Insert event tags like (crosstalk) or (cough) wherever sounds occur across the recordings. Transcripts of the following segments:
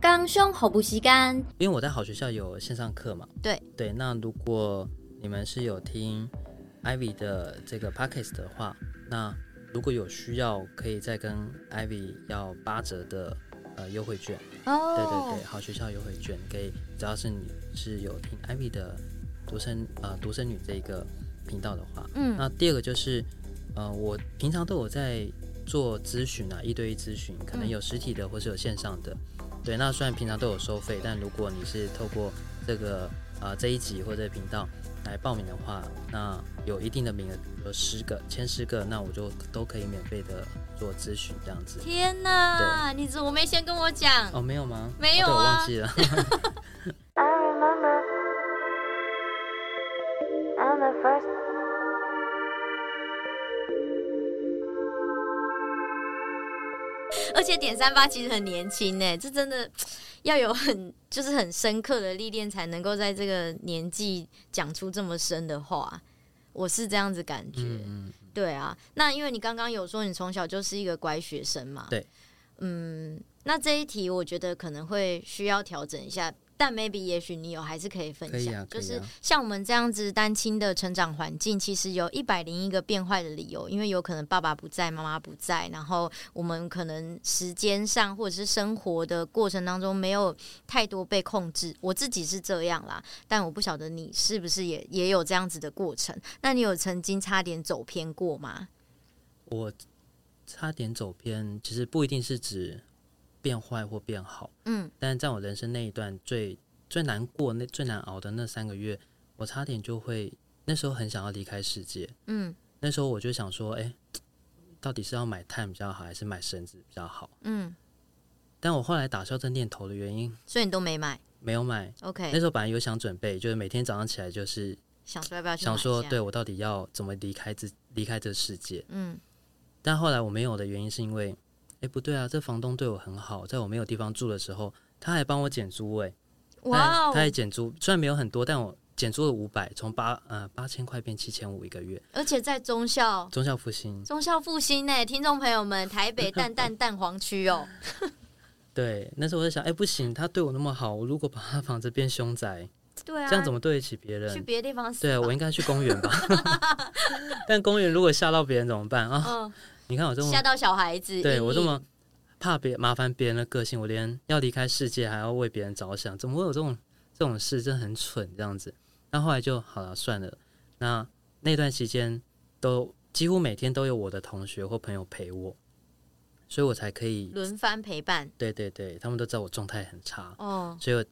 刚上服务时间，因为我在好学校有线上课嘛。对对，那如果你们是有听 Ivy 的这个 Pockets 的话，那如果有需要，可以再跟 Ivy 要八折的呃优惠券。哦，对对对，好学校优惠券可以，只要是你是有听 Ivy 的独生呃独生女这一个频道的话，嗯那第二个就是，呃，我平常都有在做咨询啊，一对一咨询，可能嗯有实体的或是有线上的。对，那虽然平常都有收费，但如果你是透过这个呃这一集或者频道来报名的话，那有一定的名额，有十个、前十个，那我就都可以免费的做咨询这样子。天哪，你怎么没先跟我讲？哦，没 (laughs) 有吗？没有哦对我啊 (laughs) 忘记了。 I remember on the first 而且点三八其实很年轻呢，这真的要有很就是很深刻的历练，才能够在这个年纪讲出这么深的话。我是这样子感觉，嗯嗯，对啊。那因为你刚刚有说你从小就是一个乖学生嘛，对，嗯，那这一题我觉得可能会需要调整一下。但 maybe 也许你有还是可以分可以享，啊就可以是啊像我们这样子单亲的成长环境，其实有一百零一个变坏的理由，因为有可能爸爸不在，妈妈不在，然后我们可能时间上或者是生活的过程当中没有太多被控制。我自己是这样啦，但我不晓得你是不是也也有这样子的过程。那你有曾经差点走偏过吗？我差点走偏，其实不一定是指变坏或变好。嗯，但在我人生那一段最最难过、那最难熬的那三个月，我差点就会，那时候很想要离开世界。嗯那时候我就想说，哎、到底是要买碳比较好，还是买绳子比较好？嗯，但我后来打消这念头的原因，所以你都没买没有买。那，OK？时候本来有想准备，就是每天早上起来就是想哎说要不要去想买一说，下对，我到底要怎么离开这离开这世界？嗯但后来我没有的原因是因为，哎，不对啊，这房东对我很好，在我没有地方住的时候，他还帮我减租哎、哇他也哦，减租，虽然没有很多，但我减租了五百，从八呃八千块变七千五一个月。而且在中校。忠孝复兴，中校复兴呢，听众朋友们，台北蛋蛋蛋黄区哦，对，那时候我在想，哎、不行，他对我那么好，我如果把他房子变凶宅，对啊，这样怎么对得起别去人？啊别的地方死吧？对我应该去公园吧， (laughs) 但公园如果吓到别人怎么办啊？嗯，你看我这么吓到小孩子，对阴我这影么怕别麻烦别人的个性，我连要离开世界还要为别人着想，怎么会有这种这种事？真的很蠢这样子。那后来就好了，算了。那那段期间都几乎每天都有我的同学或朋友陪我，所以我才可以。轮番陪伴对对对，他们都知道我状态很差，哦，所以我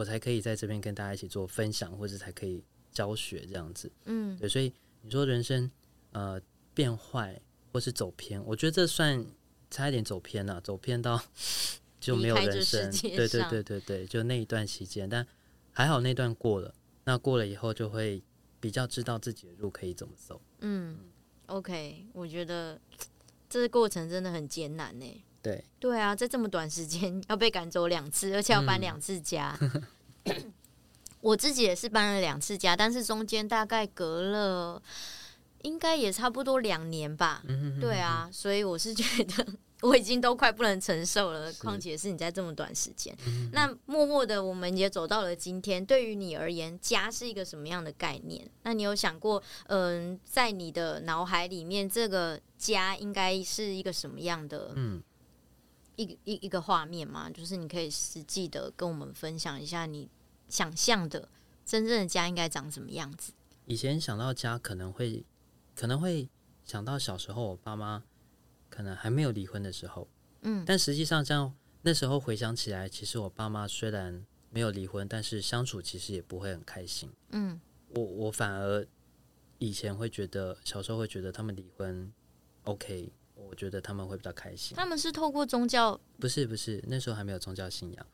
我才可以在这边跟大家一起做分享，或者才可以教学这样子。嗯对，所以你说人生呃变坏或是走偏，我觉得这算差一点走偏了、走偏到 (laughs) 就离没有开人这世生。界对对上对对对，就那一段期间，但还好那段过了。那过了以后就会比较知道自己的路可以怎么走。嗯，OK，我觉得这个过程真的很艰难呢。对，对啊，在这么短时间 (laughs) 要被赶走两次，而且要搬两次家。我自己也是搬了两次家，但是中间大概隔了，应该也差不多两年吧。嗯，对，啊，所以我是觉得我已经都快不能承受了，况且是你在这么短时间。那默默的，我们也走到了今天。对于你而言，家是一个什么样的概念？那你有想过，嗯、在你的脑海里面，这个家应该是一个什么样的嗯，一个一一个画面吗？就是你可以实际的跟我们分享一下你想象的真正的家应该长什么样子。以前想到家可能会可能会想到小时候我爸妈可能还没有离婚的时候，嗯但实际上，这样那时候回想起来，其实我爸妈虽然没有离婚，但是相处其实也不会很开心。嗯我我反而以前会觉得，小时候会觉得他们离婚 OK，我觉得他们会比较开心。他们是透过宗教不是不是，那时候还没有宗教信仰，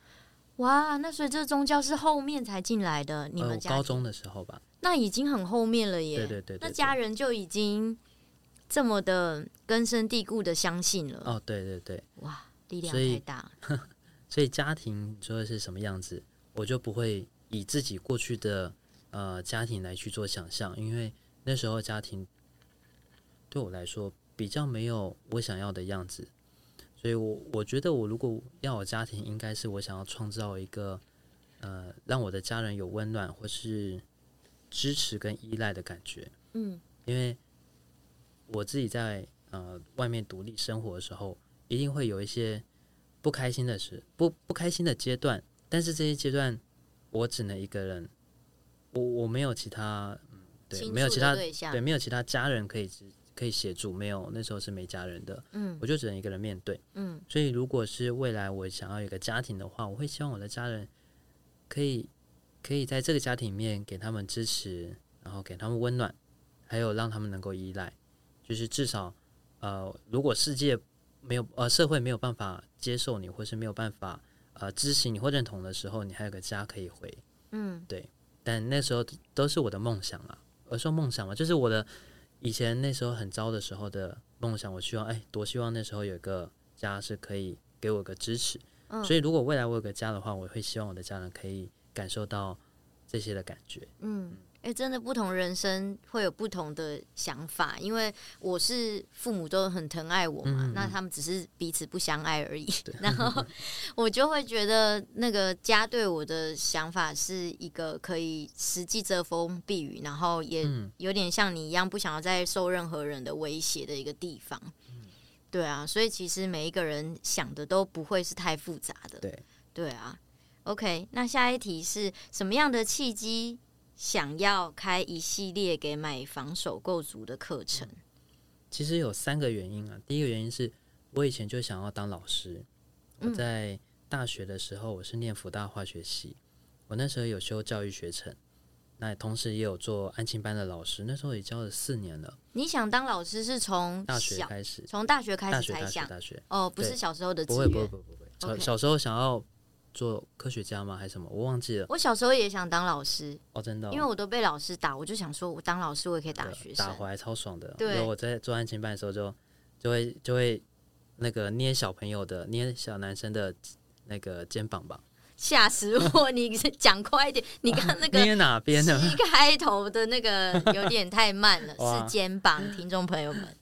哇，那所以这宗教是后面才进来的，你呃，们我家、高中的时候吧。那已经很后面了耶。对对对对那对家人就已经这么的根深蒂固的相信了，哦，对对对，哇，力量所以太大了。所以家庭你说的是什么样子，我就不会以自己过去的呃家庭来去做想象，因为那时候家庭对我来说比较没有我想要的样子，所以我我觉得我如果要有家庭，应该是我想要创造一个呃，让我的家人有温暖或是支持跟依赖的感觉。嗯因为我自己在呃外面独立生活的时候，一定会有一些不开心的事，不不开心的阶段。但是这些阶段，我只能一个人，我我没有其他，嗯，对，倾没有诉其的他，对象对，没有其他家人可以支可以协助，没有，那时候是没家人的，嗯我就只能一个人面对。嗯所以，如果是未来我想要有一个家庭的话，我会希望我的家人可以可以在这个家庭里面给他们支持，然后给他们温暖，还有让他们能够依赖。就是至少，呃，如果世界没有呃社会没有办法接受你，或是没有办法呃支持你或认同的时候，你还有个家可以回。嗯但那时候都是我的梦想啦，我说呃梦想嘛，就是我的以前那时候很糟的时候的梦想，我希望哎，多希望那时候有一个家是可以给我个支持。嗯所以如果未来我有个家的话，我会希望我的家人可以感受到这些的感觉。嗯，哎、真的不同人生会有不同的想法，因为我是父母都很疼爱我嘛，嗯嗯嗯那他们只是彼此不相爱而已。 (laughs) 然后我就会觉得那个家对我的想法是一个可以实际遮风避雨，然后也嗯有点像你一样不想要再受任何人的威胁的一个地方。嗯对啊，所以其实每一个人想的都不会是太复杂的。对，对啊。OK，那下一题是什么样的契机想要开一系列给买房首购族的课程？嗯其实有三个原因啊。第一个原因是我以前就想要当老师，我嗯在大学的时候我是念福大化学系，我那时候有修教育学程，那同时也有做安亲班的老师，那时候也教了四年了。你想当老师是从大学小开始，从大学开大始学才大学想大学，哦，不是对小时候的志不会不会愿。不会不会，小 OK 小时候想要做科学家吗？还是什么？我忘记了我小时候也想当老师，哦，真的哦、因为我都被老师打，我就想说我当老师我也可以打对啊学打生。回来超爽的。对因为我在做案情班的时候就就会就会那个捏小朋友的捏小男生的那个肩膀吧，吓死我！ (laughs) 你讲快一点，你看 (laughs) 那个捏哪边 (laughs) 呢？一开头的那个有点太慢了， (laughs) 哇是肩膀，听众朋友们。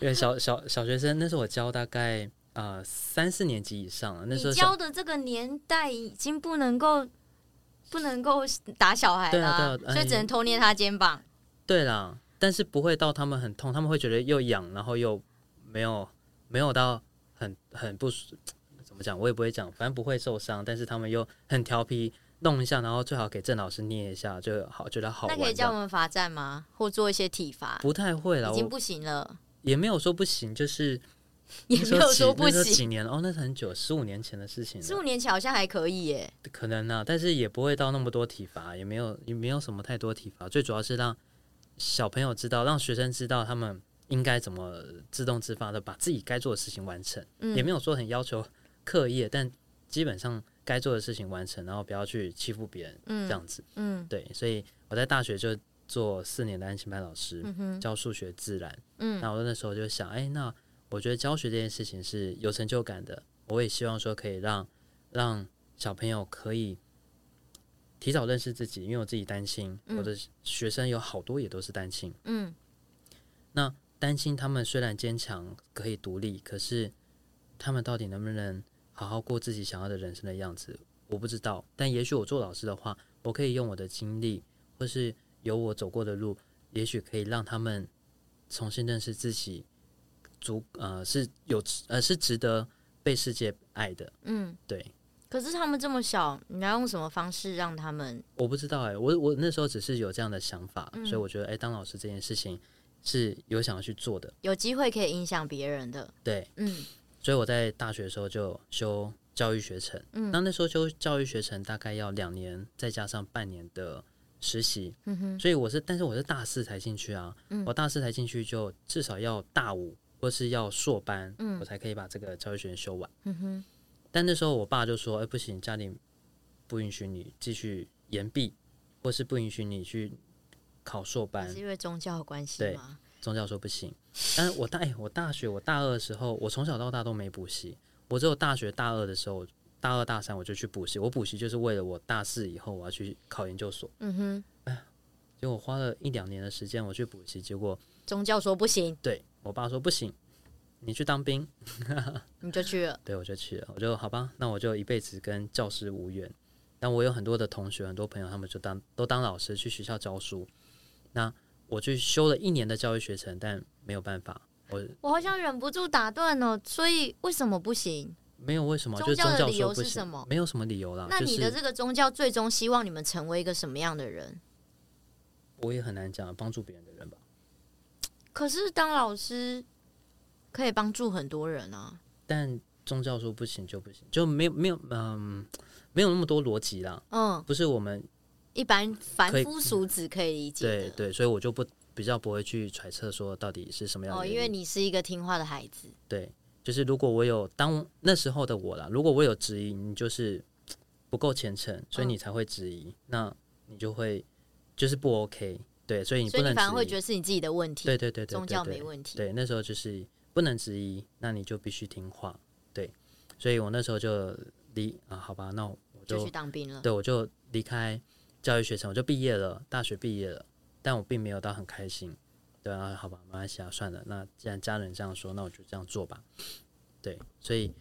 因为小小小学生，那时候我教大概啊三四年级以上了，那时你候教小的这个年代已经不能够不能够打小孩对了、啊对啊所以只能偷捏他肩膀。对啦，但是不会到他们很痛，他们会觉得又痒，然后又没有没有到很很不舒，怎么讲，我也不会讲，反正不会受伤，但是他们又很调皮，弄一下，然后最好给郑老师捏一下就好，觉得好那玩可以这叫我样。们罚站吗？或做一些体罚？不太会啦，已经我不行了，也没有说不行，就是也那时没候有几说不那时候行。几年哦，那是很久，十五年前的事情十五了，年前好像还可以耶，可能啊，但是也不会到那么多体罚，也没有也没有什么太多体罚，最主要是让小朋友知道，让学生知道他们应该怎么自动自发的把自己该做的事情完成，嗯，也没有说很要求课业，但基本上该做的事情完成，然后不要去欺负别人这嗯样子。嗯对，所以我在大学就做四年的安亲班老师，嗯哼教数学、自然。嗯那我那时候就想，哎，那我觉得教学这件事情是有成就感的，我也希望说可以让让小朋友可以提早认识自己，因为我自己单亲，我的学生有好多也都是单亲，嗯担心他们虽然坚强可以独立，可是他们到底能不能好好过自己想要的人生的样子，我不知道。但也许我做老师的话，我可以用我的经历，或是有我走过的路，也许可以让他们重新认识自己，足呃是有呃是值得被世界爱的。嗯。对，可是他们这么小，你要用什么方式让他们？我不知道哎、我我那时候只是有这样的想法，嗯所以我觉得哎、当老师这件事情是有想要去做的。有机会可以影响别人的，对，嗯所以我在大学的时候就修教育学程，嗯那那时候修教育学程大概要两年，再加上半年的实习，嗯哼，所以我是，但是我是大四才进去啊，嗯我大四才进去就至少要大五或是要硕班，嗯我才可以把这个教育学程修完。嗯哼，但那时候我爸就说：“哎、不行，家里不允许你继续延毕，或是不允许你去考硕班。”是因为宗教的关系对吗？宗教说不行。但是我大、哎，我大学我大二的时候，我从小到大都没补习，我只有大学大二的时候，大二大三我就去补习。我补习就是为了我大四以后我要去考研究所。哎嗯哼，结果花了一两年的时间我去补习，结果宗教说不行，对我爸说不行，你去当兵，你就去了， (laughs) 对我就去了，我就好吧，那我就一辈子跟教师无缘。但我有很多的同学、很多朋友，他们就当都当老师，去学校教书。那我去修了一年的教育学程，但没有办法，我我好像忍不住打断哦。所以为什么不行？没有为什么，宗就教的宗教理由说不是什行么，没有什么理由啦。那啊就你的是这个宗教最终希望你们成为一个什么样的人？我也很难讲帮助别人的人吧。可是当老师可以帮助很多人啊。但宗教说不行就不行，就没有没有嗯，没有那么多逻辑啦。嗯，不是我们一般凡可以夫俗子可以理解对的。对，所以我就不比较不会去揣测说到底是什么样的哦，原因。因为你是一个听话的孩子，对，就是如果我有当那时候的我啦，如果我有质疑，你就是不够虔诚，所以嗯你才会质疑，那你就会就是不 OK。对，所以你所不以你能质反而会疑。觉得是你自己的问题，对对对对对，宗教对没问题。对，那时候就是不能质疑，那你就必须听话。对，所以我那时候就离啊，好吧，那我就去当兵了。对我就离开教育学程，我就毕业了，大学毕业了，但我并没有到很开心。对啊，好吧，没关系啊，算了。那既然家人这样说，那我就这样做吧。对，所以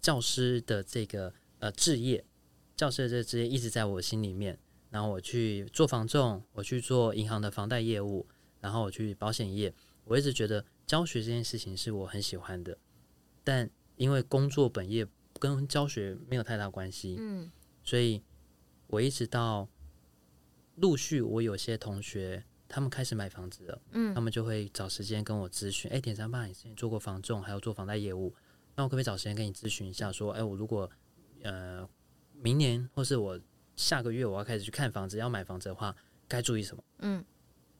教师的这个呃置业，教师的这个职业一直在我心里面。然后我去做房仲，我去做银行的房贷业务，然后我去保险业。我一直觉得教学这件事情是我很喜欢的，但因为工作本业跟教学没有太大关系，嗯，所以我一直到陆续，我有些同学他们开始买房子了，嗯他们就会找时间跟我咨询，哎、田三爸，你之前做过房仲，还有做房贷业务，那我可不可以找时间跟你咨询一下？说，哎、我如果呃明年或是我下个月我要开始去看房子，要买房子的话，该注意什么？嗯，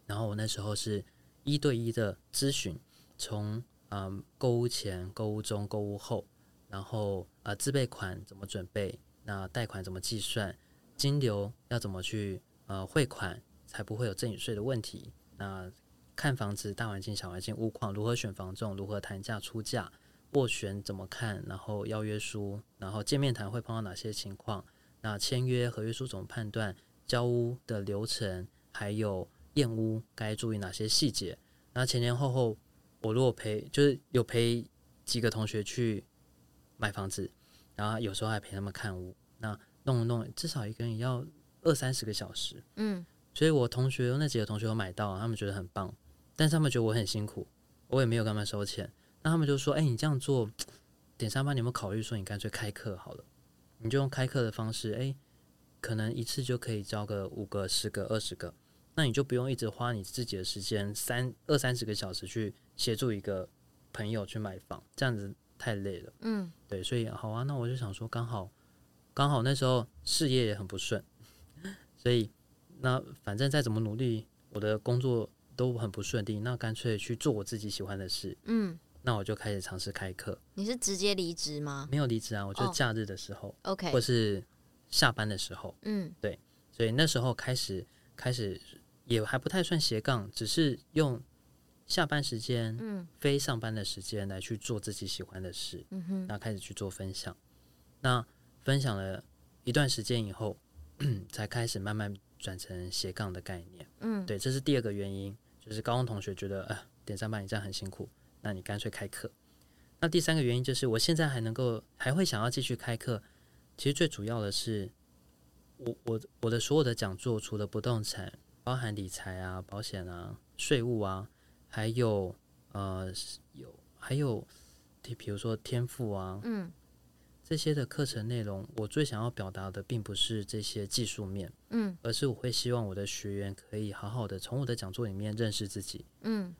然后我那时候是一对一的咨询，从嗯购物前、购物中、购物后，然后呃自备款怎么准备，那贷款怎么计算，金流要怎么去呃汇款，才不会有赠与税的问题。那看房子大环境、小环境、屋况，如何选房仲，如何谈价出价，斡旋怎么看，然后邀约书，然后见面谈会碰到哪些情况，那签约合约书怎么判断，交屋的流程，还有验屋该注意哪些细节。那前前后后，我如果陪就是有陪几个同学去买房子，然后有时候还陪他们看屋，那弄一弄至少一个人也要二三十个小时。嗯，所以我同学那几个同学有买到，他们觉得很棒，但是他们觉得我很辛苦，我也没有跟他们收钱。那他们就说：“哎、你这样做，点三八，你有没有考虑说你干脆开课好了？你就用开课的方式，哎、可能一次就可以教个五个、十个、二十个，那你就不用一直花你自己的时间三二三十个小时去协助一个朋友去买房，这样子太累了。嗯，对，所以好啊，那我就想说，刚好刚好那时候事业也很不顺，所以那反正再怎么努力，我的工作都很不顺利，那干脆去做我自己喜欢的事。嗯，那我就开始尝试开课，你是直接离职吗没有离职啊，我就哦哎假日的时候、 ？OK，或是下班的时候，嗯所以那时候开始开始也还不太算斜杠，只是用下班时间、嗯非上班的时间来去做自己喜欢的事。嗯哼，那开始去做分享。那分享了一段时间以后，才开始慢慢转成斜杠的概念。嗯，对，这是第二个原因，就是高中同学觉得，呃，点三班你这样很辛苦，那你干脆开课。那第三个原因就是，我现在还能够还会想要继续开课，其实最主要的是，我我我的所有的讲座，除了不动产，包含理财啊、保险啊、税务啊，还有呃有还有，比如说天赋啊，嗯这些的课程内容，我最想要表达的并不是这些技术面，嗯而是我会希望我的学员可以好好的从我的讲座里面认识自己，嗯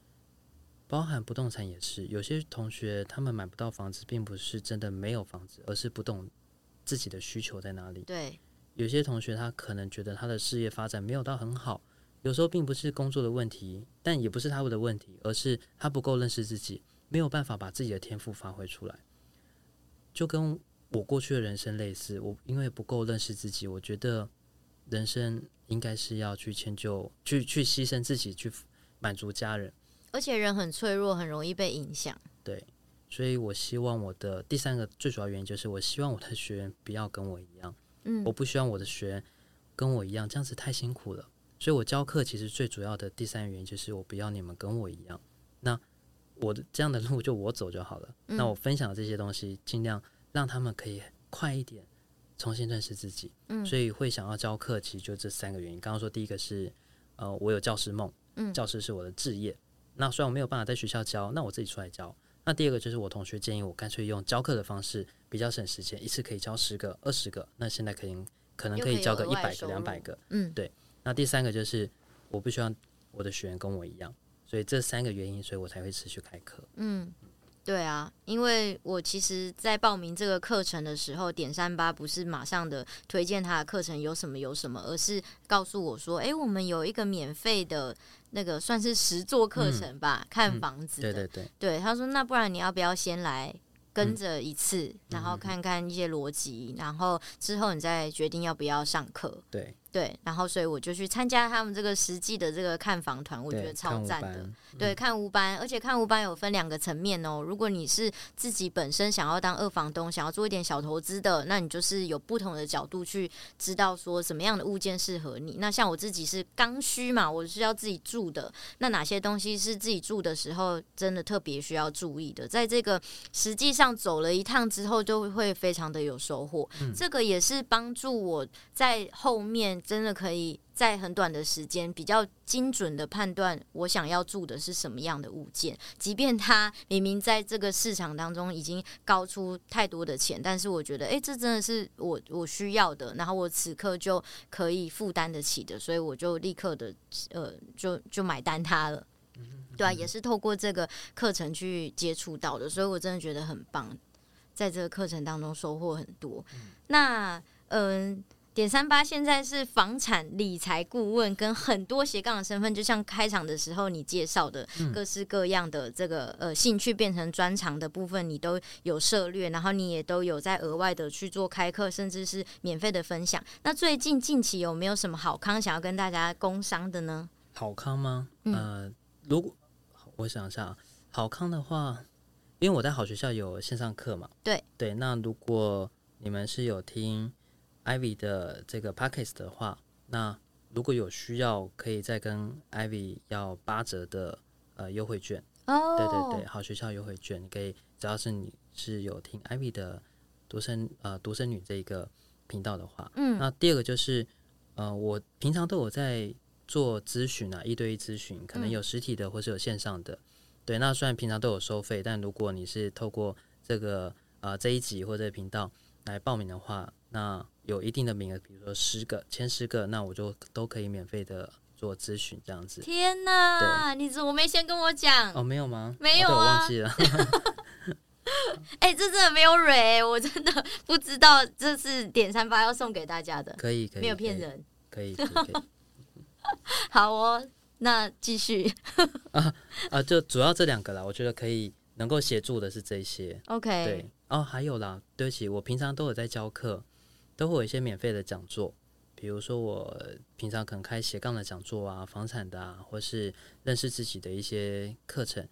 包含不动产也是。有些同学他们买不到房子，并不是真的没有房子，而是不懂自己的需求在哪里。对，有些同学他可能觉得他的事业发展没有到很好，有时候并不是工作的问题，但也不是他的问题，而是他不够认识自己，没有办法把自己的天赋发挥出来。就跟我过去的人生类似，我因为不够认识自己，我觉得人生应该是要去迁就、去去牺牲自己，去满足家人。而且人很脆弱，很容易被影响。所以我希望我的第三个最主要原因就是，我希望我的学员不要跟我一样。嗯我不希望我的学员跟我一样，这样子太辛苦了。所以我教课其实最主要的第三个原因就是我不要你们跟我一样。那我的这样的路就我走就好了。那嗯我分享的这些东西，尽量让他们可以快一点重新认识自己。嗯所以会想要教课，其实就这三个原因。刚刚说第一个是，呃，我有教师梦，嗯教师是我的志业。那虽然我没有办法在学校教，那我自己出来教。那第二个就是我同学建议我干脆用教课的方式，比较省时间，一次可以教十个、二十个。那现在可以可能又可可以以教有个额一外百收个、两百入个。嗯那第三个就是我不希望我的学员跟我一样，所以这三个原因，所以我才会持续开课。嗯，对啊，因为我其实，在报名这个课程的时候，点三八不是马上的推荐他的课程有什么有什么，而是告诉我说，诶，我们有一个免费的那个算是实作课程吧，看房子的。嗯对对对，对，他说那不然你要不要先来跟着一次，然后嗯嗯嗯看看一些逻辑，然后之后你再决定要不要上课。对，对，然后所以我就去参加他们这个实际的这个看房团，我觉对得超看舞赞的班。对，看屋班，而且看屋班有分两个层面哦。如果你是自己本身想要当二房东，想要做一点小投资的，那你就是有不同的角度去知道说什么样的物件适合你。那像我自己是刚需嘛，我是要自己住的，那哪些东西是自己住的时候真的特别需要注意的？在这个实际上走了一趟之后，就会非常的有收获。这个也是帮助我在后面真的可以在很短的时间比较精准的判断我想要住的是什么样的物件，即便它明明在这个市场当中已经高出太多的钱，但是我觉得，诶，这真的是我我需要的，然后我此刻就可以负担得起的，所以我就立刻的呃，就就买单它了。对啊，也是透过这个课程去接触到的，所以我真的觉得很棒，在这个课程当中收获很多。那嗯。点三八现在是房产理财顾问，跟很多斜杠的身份，就像开场的时候你介绍的嗯各式各样的这个呃兴趣变成专长的部分，你都有涉略，然后你也都有在额外的去做开课，甚至是免费的分享。那最近近期有没有什么好康想要跟大家工商的呢？好康吗？嗯呃，如果我想一下啊，好康的话，因为我在好学校有线上课嘛，对对。那如果你们是有听 Ivy 的这个 Pockets 的话，那如果有需要，可以再跟 Ivy 要八折的呃优惠券。哦对对啊对，，好学校优惠券，你可以只要是你是有听 Ivy 的独生呃独生女这一个频道的话，嗯那第二个就是呃，我平常都有在做咨询啊，一对一咨询，可能嗯有实体的或是有线上的。对，那虽然平常都有收费，但如果你是透过这个呃这一集或这个频道来报名的话，那有一定的名额，比如说十个、前十个，那我就都可以免费的做咨询这样子。天哪，你怎么没先跟我讲？哦，没有吗？嗯没有哦对我啊忘记了。 (laughs) 哎、这真的没有蕊，我真的不知道这是点三八要送给大家的，可以，可以，没有骗可以，人。可以，可以，可以 (laughs) 好哦，那继续。啊，就主要这两个啦，我觉得可以能够协助的是这些。 OK，对，哦，还有啦，对不起，我平常都有在教课，都会有一些免费的讲座，比如说我平常可能开斜杠的讲座啊，房产的啊，或是认识自己的一些课程，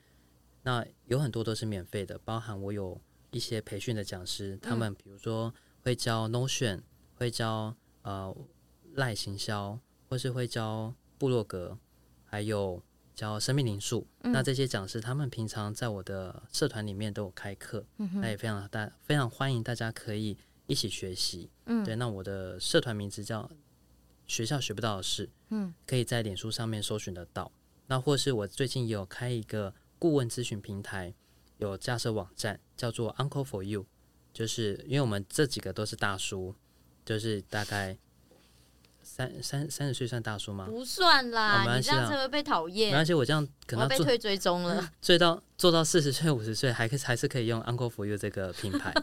那有很多都是免费的，包含我有一些培训的讲师，他们比如说会教 Notion，会教呃赖行销，或是会教部落格，还有教生命灵数。嗯那这些讲师他们平常在我的社团里面都有开课，嗯那也非常大非常欢迎大家可以一起学习。嗯对，那我的社团名字叫学校学不到的事，嗯，可以在脸书上面搜寻得到。那或是我最近也有开一个顾问咨询平台，有架设网站叫做 Uncle for You，就是因为我们这几个都是大叔，就是大概三三三十岁算大叔吗？不算哦没啦，关你系这样啦子会被讨没厌关，系，我这样可我能要要被做退追踪了。最到啊做到四十岁、五十岁，还可以还是可以用 Uncle for You 这个品牌。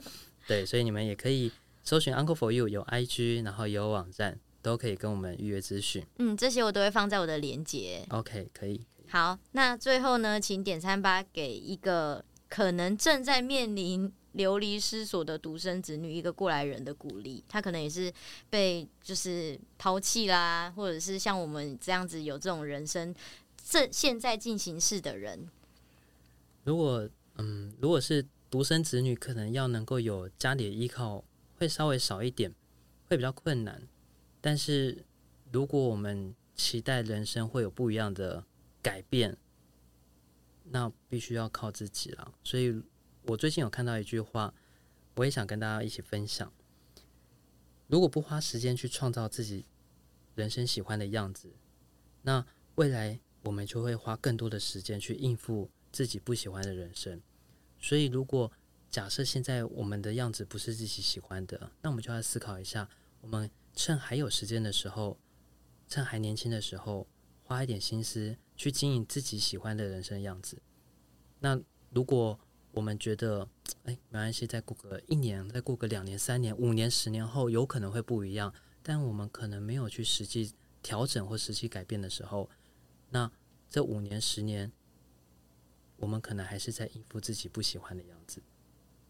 对，所以你们也可以搜寻 Uncle for You，有 IG，然后也有网站，都可以跟我们预约咨询。嗯，这些我都会放在我的链接。 OK，可以。好，那最后呢，请点三八给一个可能正在面临流离失所的独生子女一个过来人的鼓励。他可能也是被就是抛弃啦，或者是像我们这样子有这种人生正现在进行式的人。如果嗯，如果是独生子女，可能要能够有家里的依靠，会稍微少一点，会比较困难。但是如果我们期待人生会有不一样的改变，那必须要靠自己了。所以我最近有看到一句话，我也想跟大家一起分享：如果不花时间去创造自己人生喜欢的样子，那未来我们就会花更多的时间去应付自己不喜欢的人生。所以，如果假设现在我们的样子不是自己喜欢的，那我们就要思考一下，我们趁还有时间的时候，趁还年轻的时候，花一点心思去经营自己喜欢的人生样子。那如果我们觉得，哎，没关系，再过个一年，再过个两年、三年、五年、十年后，有可能会不一样，但我们可能没有去实际调整或实际改变的时候，那这五年、十年，我们可能还是在应付自己不喜欢的样子。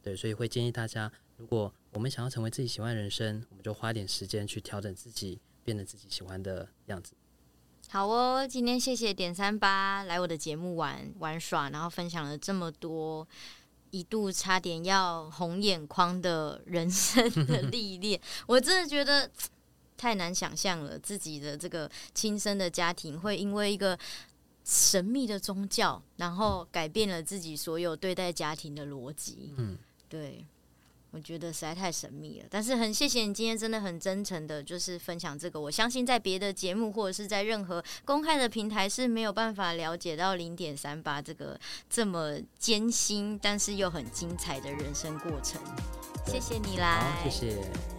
对，所以会建议大家，如果我们想要成为自己喜欢的人生，我们就花点时间去调整自己，变得自己喜欢的样子。好哦，今天谢谢点三八来我的节目玩玩耍，然后分享了这么多一度差点要红眼眶的人生的历练，我真的觉得太难想象了，自己的这个亲生的家庭会因为一个神秘的宗教，然后改变了自己所有对待家庭的逻辑。嗯，对，我觉得实在太神秘了。但是很谢谢你今天真的很真诚的，就是分享这个。我相信在别的节目或者是在任何公开的平台是没有办法了解到零点三八这个这么艰辛但是又很精彩的人生过程。谢谢你来，好，谢谢。